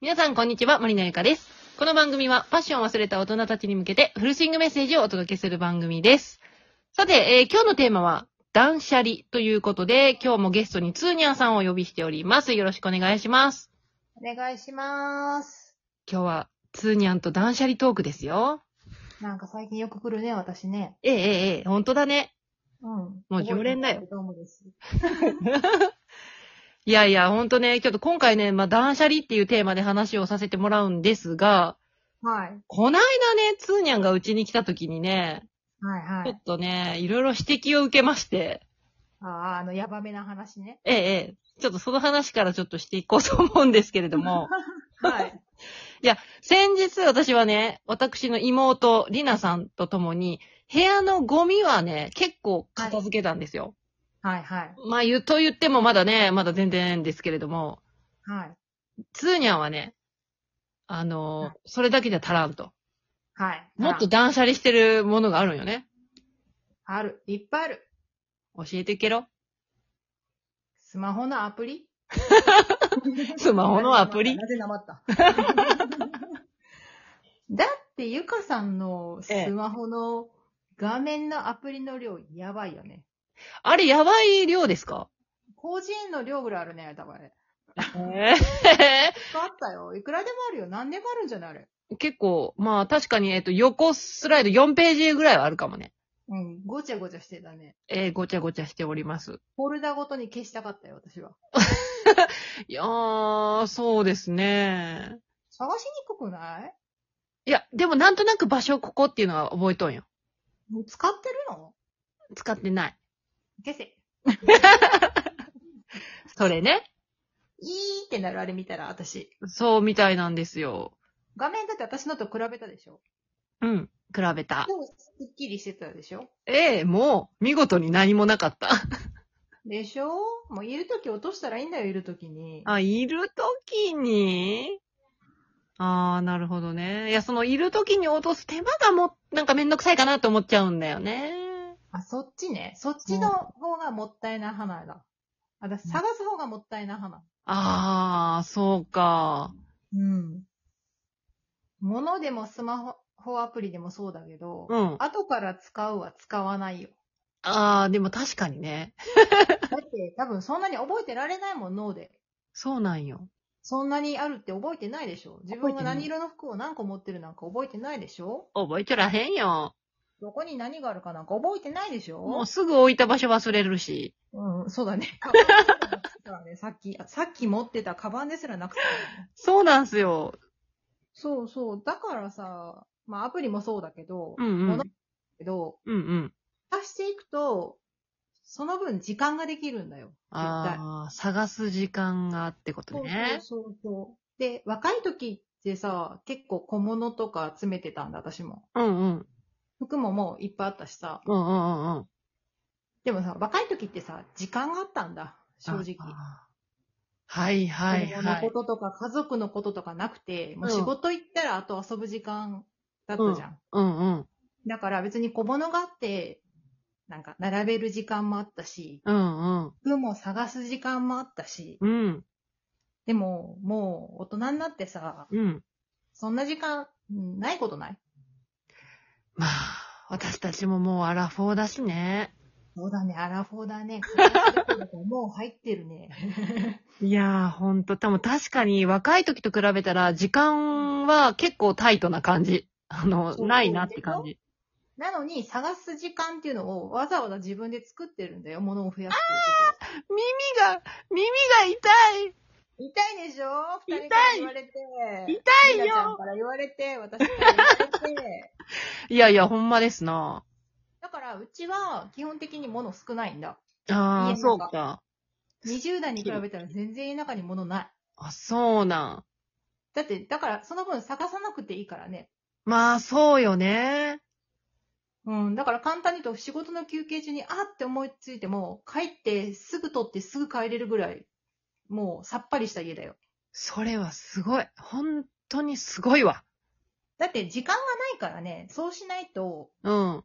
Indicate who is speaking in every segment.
Speaker 1: 皆さん、こんにちは。森のゆかです。この番組は、パッションを忘れた大人たちに向けて、フルスイングメッセージをお届けする番組です。さて、えー今日のテーマは、断捨離ということで、今日もゲストにツーニャンさんをお呼びしております。よろしくお願いします。
Speaker 2: お願いします。
Speaker 1: 今日は、ツーニャンと断捨離トークですよ。
Speaker 2: なんか最近よく来るね、私ね。
Speaker 1: ええええええ、本当だね。
Speaker 2: うん。
Speaker 1: もう常連だよ
Speaker 2: 覚えてるどうもです。
Speaker 1: いやいや、ほんとね、ちょっと今回ね、まあ、断捨離っていうテーマで話をさせてもらうんですが、
Speaker 2: はい。
Speaker 1: こないだね、ツーニャンがうちに来た時にね、
Speaker 2: はいは
Speaker 1: ちょっ。
Speaker 2: い
Speaker 1: とね、いろいろ指摘を受けまして、
Speaker 2: ああ、あの、ヤバめな話ね。
Speaker 1: ええ、ええ、ちょっとその話からちょっとしていこうと思うんですけれども、
Speaker 2: はい。
Speaker 1: 先日私はね、私の妹、りなさんと共に、部屋のゴミはね、結構片付けたんですよ。
Speaker 2: はいはい。
Speaker 1: まあ言うと言ってもまだね、まだ全然ですけれども、
Speaker 2: はい。
Speaker 1: ツーニャンはね、あの
Speaker 2: は
Speaker 1: ー、それだけじゃ足らんと。
Speaker 2: はい。
Speaker 1: もっと
Speaker 2: あ
Speaker 1: 断捨離してるものがあるんよね。
Speaker 2: ある。いっぱいある。
Speaker 1: 教えてけろ。
Speaker 2: スマホのアプリ
Speaker 1: スマホのアプリ
Speaker 2: なぜなま った。だって、ゆかさんのスマホの画面のアプリの量、やばいよね。
Speaker 1: あれやばい量ですか
Speaker 2: 個人の量ぐらいあるね、多分あれ。
Speaker 1: え
Speaker 2: いっぱいあったよ。いくらでもあるよ。何でもあるんじゃないあれ。
Speaker 1: ー 結構、まあ確かに、えっと、横スライド4ページぐらいはあるかもね。
Speaker 2: うん、ごちゃごちゃしてたね。
Speaker 1: えーごちゃごちゃしております。
Speaker 2: フォルダごとに消したかったよ、私は。
Speaker 1: いやー、そうですね。
Speaker 2: 探しにくくない
Speaker 1: いや、でもなんとなく場所ここっていうのは覚えとんよ。
Speaker 2: もう使ってるの
Speaker 1: 使ってない。
Speaker 2: 消せ。
Speaker 1: それね。
Speaker 2: いいってなるあれ見たら、私。
Speaker 1: そうみたいなんですよ。
Speaker 2: 画面だって私のと比べたでしょ
Speaker 1: うん。比べた
Speaker 2: で。も、すっきりしてたでしょ
Speaker 1: ええもう、見事に何もなかった。
Speaker 2: でしょもういるとき落としたらいいんだよ、いるときに。
Speaker 1: あ、いるときにああ、なるほどね。いや、その、いるときに落とす手間がも、なんかめんどくさいかなと思っちゃうんだよね。
Speaker 2: あ、そっちね。そっちの方がもったいない花だ。あ、だ探す方がもったいない花。
Speaker 1: ああ、そうか。
Speaker 2: うん。物でもスマホアプリでもそうだけど、
Speaker 1: うん。
Speaker 2: 後から使うは使わないよ。
Speaker 1: ああ、でも確かにね。
Speaker 2: だって多分そんなに覚えてられないもん、脳で。
Speaker 1: そうなんよ。
Speaker 2: そんなにあるって覚えてないでしょ自
Speaker 1: 覚え
Speaker 2: 分
Speaker 1: てな
Speaker 2: が
Speaker 1: い
Speaker 2: 何色の服を何個持ってるなんか覚えてないでしょ
Speaker 1: 覚えちゃらへんよ。
Speaker 2: どこに何があるかなんか覚えてないでし
Speaker 1: も
Speaker 2: ょ
Speaker 1: うすぐ置いた場所忘れるし。
Speaker 2: うん、そ うだね。カバンですらなくすからね、さっき、あさっき持ってたカバンですらなくて、ね。
Speaker 1: そうなんすよ。
Speaker 2: そうそう。だからさ、まあアプリもそうだけど、
Speaker 1: うんうん
Speaker 2: 物だけど、
Speaker 1: うんうん。
Speaker 2: 足していくと、その分時間ができるんだよ。絶対。
Speaker 1: ああ、探す時間がってことね。
Speaker 2: そうそうそうそう。で、若い時ってさ、結構小物とか詰めてたんだ、私も。
Speaker 1: うんうん。
Speaker 2: 服ももういっぱいあったしさ。
Speaker 1: うんうんうんうん。
Speaker 2: でもさ、若い時ってさ、時間があったんだ、正直。
Speaker 1: あー。はいはい
Speaker 2: 子供の
Speaker 1: はい
Speaker 2: こ。ととか家族のこととかなくて、もううん仕事行ったらあと遊ぶ時間だったじゃん。
Speaker 1: うんうん。
Speaker 2: だから別に小物があって、なんか並べる時間もあったし、
Speaker 1: うんうん。
Speaker 2: 服も探す時間もあったし、
Speaker 1: うん。
Speaker 2: でももう大人になってさ、
Speaker 1: うん。
Speaker 2: そんな時間うんないことない
Speaker 1: まあ、私たちももうアラフォーだしね。
Speaker 2: そうだね、アラフォーだね。クラスレコードとかもう入ってるね。
Speaker 1: いやー、ほんと、でも確かに若い時と比べたら、時間は結構タイトな感じ。あの、
Speaker 2: そう
Speaker 1: ないなって感じ。
Speaker 2: なのに、探す時間っていうのをわざわざ自分で作ってるんだよ、物を増やすっ
Speaker 1: 耳が、耳が痛い
Speaker 2: ていうこと痛いでしょ
Speaker 1: 痛
Speaker 2: 二
Speaker 1: い
Speaker 2: 人から言われて。
Speaker 1: 痛いよ
Speaker 2: リナちゃんから言われて、私から言われて。
Speaker 1: いやいや、ほんまですな。
Speaker 2: だから、うちは基本的に物少ないんだ。
Speaker 1: あ
Speaker 2: い
Speaker 1: あ、
Speaker 2: や
Speaker 1: そうか。
Speaker 2: 20代に比べたら全然家の中に物ない。
Speaker 1: あ、そうなん。
Speaker 2: だって、だから、その分探さなくていいからね。
Speaker 1: まあ、そうよね。
Speaker 2: うん、だから簡単に言うと仕事の休憩中にあーって思いついても帰ってすぐ取ってすぐ帰れるぐらいもうさっぱりした家だよ
Speaker 1: それはすごい。本当にすごいわ。
Speaker 2: だって時間がないからねそうしないと
Speaker 1: うん。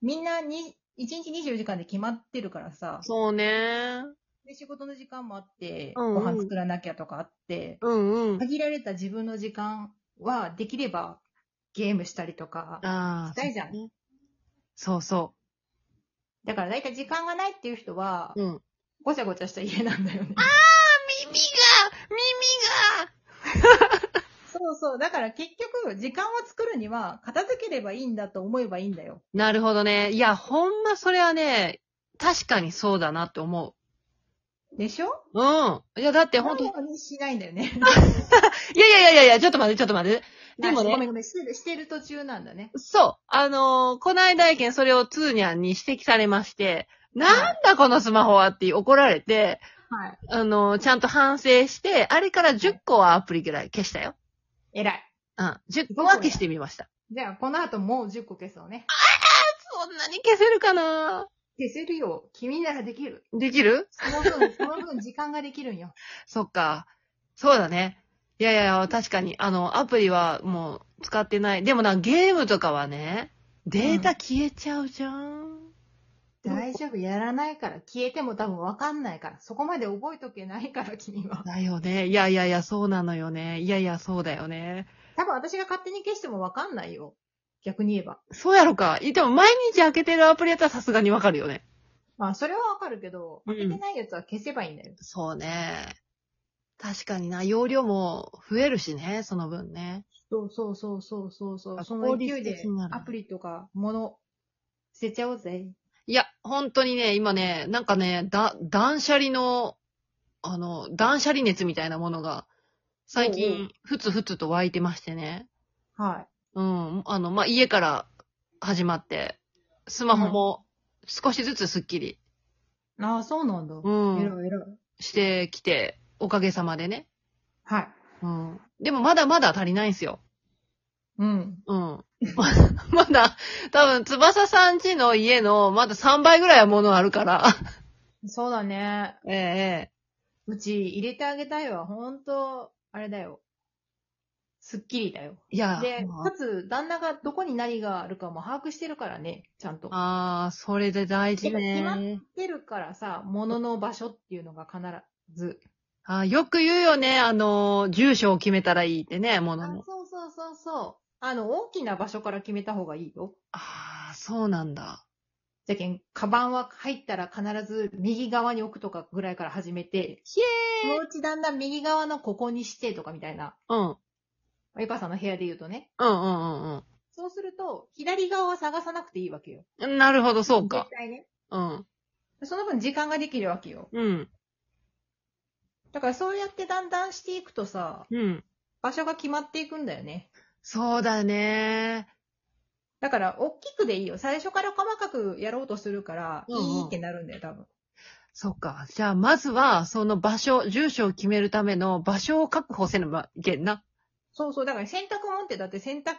Speaker 2: みんなに1日24時間で決まってるからさ
Speaker 1: そうね。
Speaker 2: で仕事の時間もあって、
Speaker 1: うんうん
Speaker 2: ご飯作らなきゃとかあって、
Speaker 1: うんうん。
Speaker 2: 限られた自分の時間はできればゲームしたりとか、
Speaker 1: ああ。
Speaker 2: したいじゃん
Speaker 1: そうね。そうそ
Speaker 2: だから大体時間がないっていう人は
Speaker 1: う。、うん。
Speaker 2: ごちゃごちゃした家なんだよね。
Speaker 1: 耳が
Speaker 2: そうそう。だから結局、時間を作るには、片付ければいいんだと思えばいいんだよ。
Speaker 1: なるほどね。いや、ほんまそれはね、確かにそうだなって思
Speaker 2: でしょ
Speaker 1: う。うん。いや、だってほん
Speaker 2: 本
Speaker 1: と、い
Speaker 2: 当にしないんだよね。
Speaker 1: やいやいやいや、ちょっと待って、ちょっと待って。 でもね
Speaker 2: あごめんごめん。してる、してる途中なんだね。
Speaker 1: そう。あのーこの間意見それをツーニャンに指摘されまして、なんだこのスマホはって怒られて、
Speaker 2: はい。
Speaker 1: あのーちゃんと反省して、あれから10個はアプリぐらい消したよ。
Speaker 2: 偉い。
Speaker 1: うん。10個は消してみました。
Speaker 2: じゃあ、この後もう10個消そうね。
Speaker 1: そんなに消せるかな
Speaker 2: 消せるよ。君ならできる。
Speaker 1: できる
Speaker 2: その 分、その分時間ができるんよ。
Speaker 1: そっか。そうだね。いやいやいや、確かに、あの、アプリはもう使ってない。でもな、ゲームとかはね、データ消えちゃうじゃん。
Speaker 2: 大丈夫、やらないから。消えても多分わかんないから。そこまで覚えとけないから、君は。
Speaker 1: だよね。いやいやいや、そうなのよね。いやいや、そうだよね。
Speaker 2: 多分私が勝手に消してもわかんないよ。逆に言えば。
Speaker 1: そうやろか。でも毎日開けてるアプリやったらさすがにわかるよね。
Speaker 2: まあ、それはわかるけど、
Speaker 1: うん
Speaker 2: 開けてないやつは消せばいいんだよ。
Speaker 1: そうね。確かにな、容量も増えるしね、その分ね。
Speaker 2: そうそうそうそうそうそう。
Speaker 1: あ
Speaker 2: その
Speaker 1: 効
Speaker 2: 勢い
Speaker 1: 率的
Speaker 2: で
Speaker 1: になる
Speaker 2: アプリとか物捨てちゃおうぜ。
Speaker 1: いや、本当にね、今ね、なんかね、だ、断捨離の、あの、断捨離熱みたいなものが、最
Speaker 2: おうお
Speaker 1: 近、ふつふつと湧いてましてね。
Speaker 2: は
Speaker 1: うん。あの、まあ、家から始まって、スマホも少しずつスッキリ、
Speaker 2: い。ああ、そうなんだ。
Speaker 1: う
Speaker 2: え
Speaker 1: ん、
Speaker 2: らいえらい。
Speaker 1: してきて、おかげさまでね。
Speaker 2: はい。
Speaker 1: うん。でもまだまだ足りないんすよ。
Speaker 2: うん。
Speaker 1: うん。 まだ、まだ、多分、翼さんちの家の、まだ3倍ぐらいは物あるから。
Speaker 2: そうだね。
Speaker 1: ええええ
Speaker 2: うち入れてあげたいわ。ほんと、あれだよ。すっきりだよ。
Speaker 1: いや、
Speaker 2: で、
Speaker 1: ま
Speaker 2: かつ、旦那がどこに何があるかも把握してるからね、ちゃんと。知っ
Speaker 1: あ、ああ、それで大事
Speaker 2: てか
Speaker 1: ね。
Speaker 2: てるからさ、物の場所っていうのが必ず。
Speaker 1: あーよく言うよね、あのー、住所を決めたらいいってね、
Speaker 2: あ
Speaker 1: 物の。
Speaker 2: そうそうそうそう。あの、大きな場所から決めた方がいいよ。
Speaker 1: ああ、そうなんだ。
Speaker 2: じゃけん、カバンは入ったら必ず右側に置くとかぐらいから始めて、
Speaker 1: ひ
Speaker 2: そのうちだんだん右側のここにしてとかみたいな、
Speaker 1: うん。うん
Speaker 2: ゆかさんの部屋で言うとね。
Speaker 1: うんうん
Speaker 2: そうすると、左側は探さなくていいわけよ。
Speaker 1: うん。なるほど、そうか
Speaker 2: 絶。対ね。
Speaker 1: うん。
Speaker 2: その分時間ができるわけよ。
Speaker 1: うん。
Speaker 2: だからそうやってだんだんしていくとさ、
Speaker 1: うん。
Speaker 2: 場所が決まっていくんだよね。
Speaker 1: そうだね。
Speaker 2: だから、大きくでいいよ。最初から細かくやろうとするから、
Speaker 1: うんうん
Speaker 2: いいってなるんだよ、多分。
Speaker 1: そっか。じゃあ、まずは、その場所、住所を決めるための場所を確保せねばいけんな。
Speaker 2: そうそう。だから洗濯物ってだって洗濯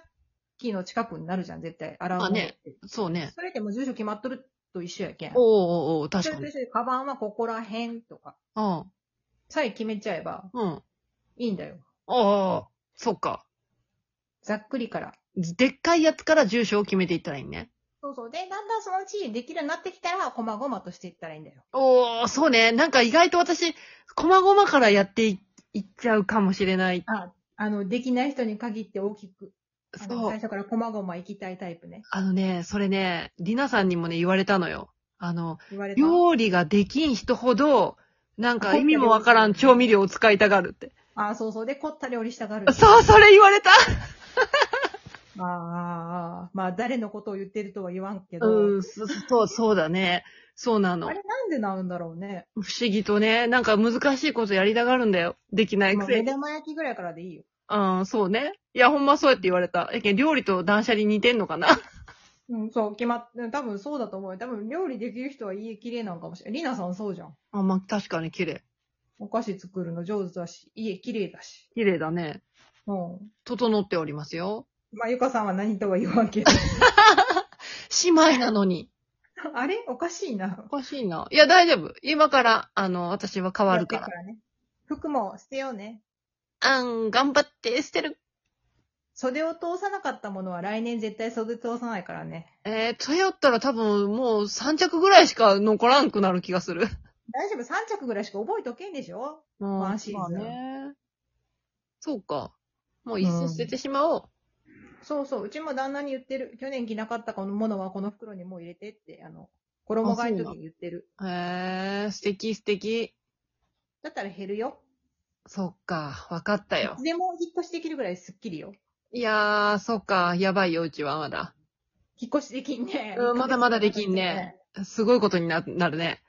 Speaker 2: 機の近くになるじゃん、絶対。洗う
Speaker 1: まあ
Speaker 2: ものって。
Speaker 1: ねそうね。
Speaker 2: それでも住所決まっとると一緒やけん。
Speaker 1: おうおうおう
Speaker 2: そ
Speaker 1: 確
Speaker 2: れ
Speaker 1: か
Speaker 2: と
Speaker 1: に。
Speaker 2: 一緒で、カバンはここら辺とか、
Speaker 1: うん。
Speaker 2: さえ決めちゃえば
Speaker 1: うん。
Speaker 2: いいんだよ。
Speaker 1: おうおうそっか。
Speaker 2: ざっくりから。
Speaker 1: でっかいやつから住所を決めていったらいいね。
Speaker 2: そうそう。で、だんだんそのうちできるようになってきたら、こまごまとしていったらいいんだよ。
Speaker 1: おおそうね。なんか意外と私、細々からやっていいっちゃうかもしれない。
Speaker 2: あ、あの、できない人に限って大きく。あの
Speaker 1: そ
Speaker 2: 最
Speaker 1: う。
Speaker 2: 初からこまごま行きたいタイプね。
Speaker 1: あのね、それね、りなさんにもね、言われたのよ。あの、
Speaker 2: 言われた。
Speaker 1: 料理ができん人ほど、なんか意味もわからん調味料を使いたがるって。
Speaker 2: あ、そうそう。で、凝った料理したがる。
Speaker 1: そう、それ言われた
Speaker 2: あーあー、まあ、誰のことを言ってるとは言わんけど。
Speaker 1: うん、そそう、そうだね。そうなの
Speaker 2: あ。れなんでなんだろうね。
Speaker 1: 不思議とね、なんか難しいことやりたがるんだよ。できない
Speaker 2: ま
Speaker 1: く
Speaker 2: あ
Speaker 1: せ
Speaker 2: 目
Speaker 1: に。
Speaker 2: 玉焼きぐらいからでいいよ。
Speaker 1: うん、そうね。いや、ほんまそうやって言われた。えけん、料理と断捨離似てんのかな
Speaker 2: うん、そう、決まっ、うん多分そうだと思うよ。多分料理できる人は家綺麗なんかもしれない。りなさんそうじゃん。
Speaker 1: あ、まあ、確かに綺麗。
Speaker 2: お菓子作るの上手だし、家綺麗だし。
Speaker 1: 綺麗だね。
Speaker 2: うん。
Speaker 1: 整っておりますよ。
Speaker 2: まあ、ゆかさんは何とは言わんけど。
Speaker 1: 姉妹なのに。
Speaker 2: あれおかしいな。
Speaker 1: おかしいな。いや、大丈夫。今から、あの、私は変わる
Speaker 2: や
Speaker 1: か
Speaker 2: ってっね。服も捨てようね。
Speaker 1: ら。うん、頑張って、捨てる。
Speaker 2: 袖を通さなかったものは来年絶対袖通さないからね。
Speaker 1: えー、それやったら多分、もう3着ぐらいしか残らんくなる気がする。
Speaker 2: 大丈夫、3着ぐらいしか覚えとけんでしょ
Speaker 1: も
Speaker 2: ワンシーズン
Speaker 1: ね。そうか。もう一層捨ててしまおう。
Speaker 2: そうそう、うちも旦那に言ってる。去年着なかったこのものはこの袋にもう入れてって、あの、衣替えの時に言ってる。
Speaker 1: へえ、素敵素敵。
Speaker 2: だったら減るよ。
Speaker 1: そっか、わかったよ
Speaker 2: い。つでも引っ越しできるぐらいスッキリよ。
Speaker 1: いやー、そっか、やばいよ、うちはまだ。
Speaker 2: 引っ越しできんね。
Speaker 1: うんまだまだできんね。すごいことにななるね。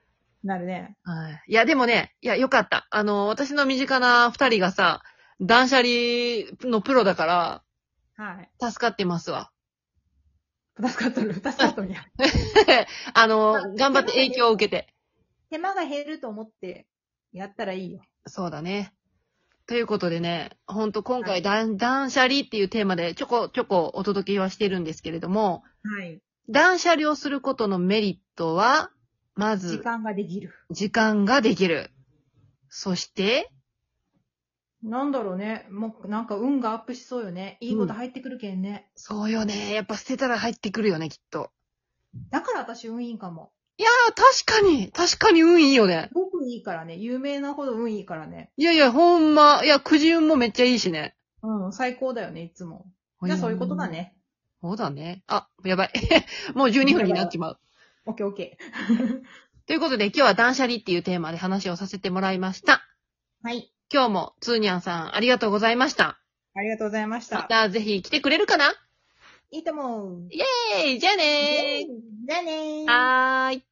Speaker 2: なるね。
Speaker 1: はい。いや、でもね、いや、よかった。あの、私の身近な二人がさ、断捨離のプロだから、
Speaker 2: はい。
Speaker 1: 助かってますわ。
Speaker 2: 助かっと る。助かっとるや。
Speaker 1: あの、頑張って影響を受けて。
Speaker 2: 手間が減ると思って、やったらいいよ。
Speaker 1: そうだね。ということでね、ほんと今
Speaker 2: は
Speaker 1: 回
Speaker 2: い
Speaker 1: 断、断捨離っていうテーマでちょこちょこお届けはしてるんですけれども、
Speaker 2: はい。
Speaker 1: 断捨離をすることのメリットは、ま
Speaker 2: 時
Speaker 1: ず、
Speaker 2: 間ができる。
Speaker 1: 時間ができる。そして、
Speaker 2: なんだろうね。もう、なんか運がアップしそうよね。いいこと入ってくるけんね。
Speaker 1: そうよね。やっぱ捨てたら入ってくるよね、きっと。
Speaker 2: だから私運いいんかも。
Speaker 1: あ、確かに確かに運いいよね
Speaker 2: す。ごくいいからね。有名なほど運いいからね。
Speaker 1: いやいや、ほんま。いや、くじ運もめっちゃいいしね。
Speaker 2: うん、最高だよね、いつも。じゃあそういうことだ。ね。
Speaker 1: そうだね。あ、やばい。 もう12分になっちまう。
Speaker 2: オッケーオッケー。
Speaker 1: ということで、今日は断捨離っていうテーマで話をさせてもらいました。
Speaker 2: はい。
Speaker 1: 今日も、つーにゃんさん、ありがとうございました。
Speaker 2: ありがとうございまし
Speaker 1: ま
Speaker 2: た。
Speaker 1: たぜひ来てくれるかない
Speaker 2: いと思う。
Speaker 1: えい、じゃあ
Speaker 2: イェー
Speaker 1: ね
Speaker 2: イじゃあね
Speaker 1: ー。
Speaker 2: ー
Speaker 1: はーい。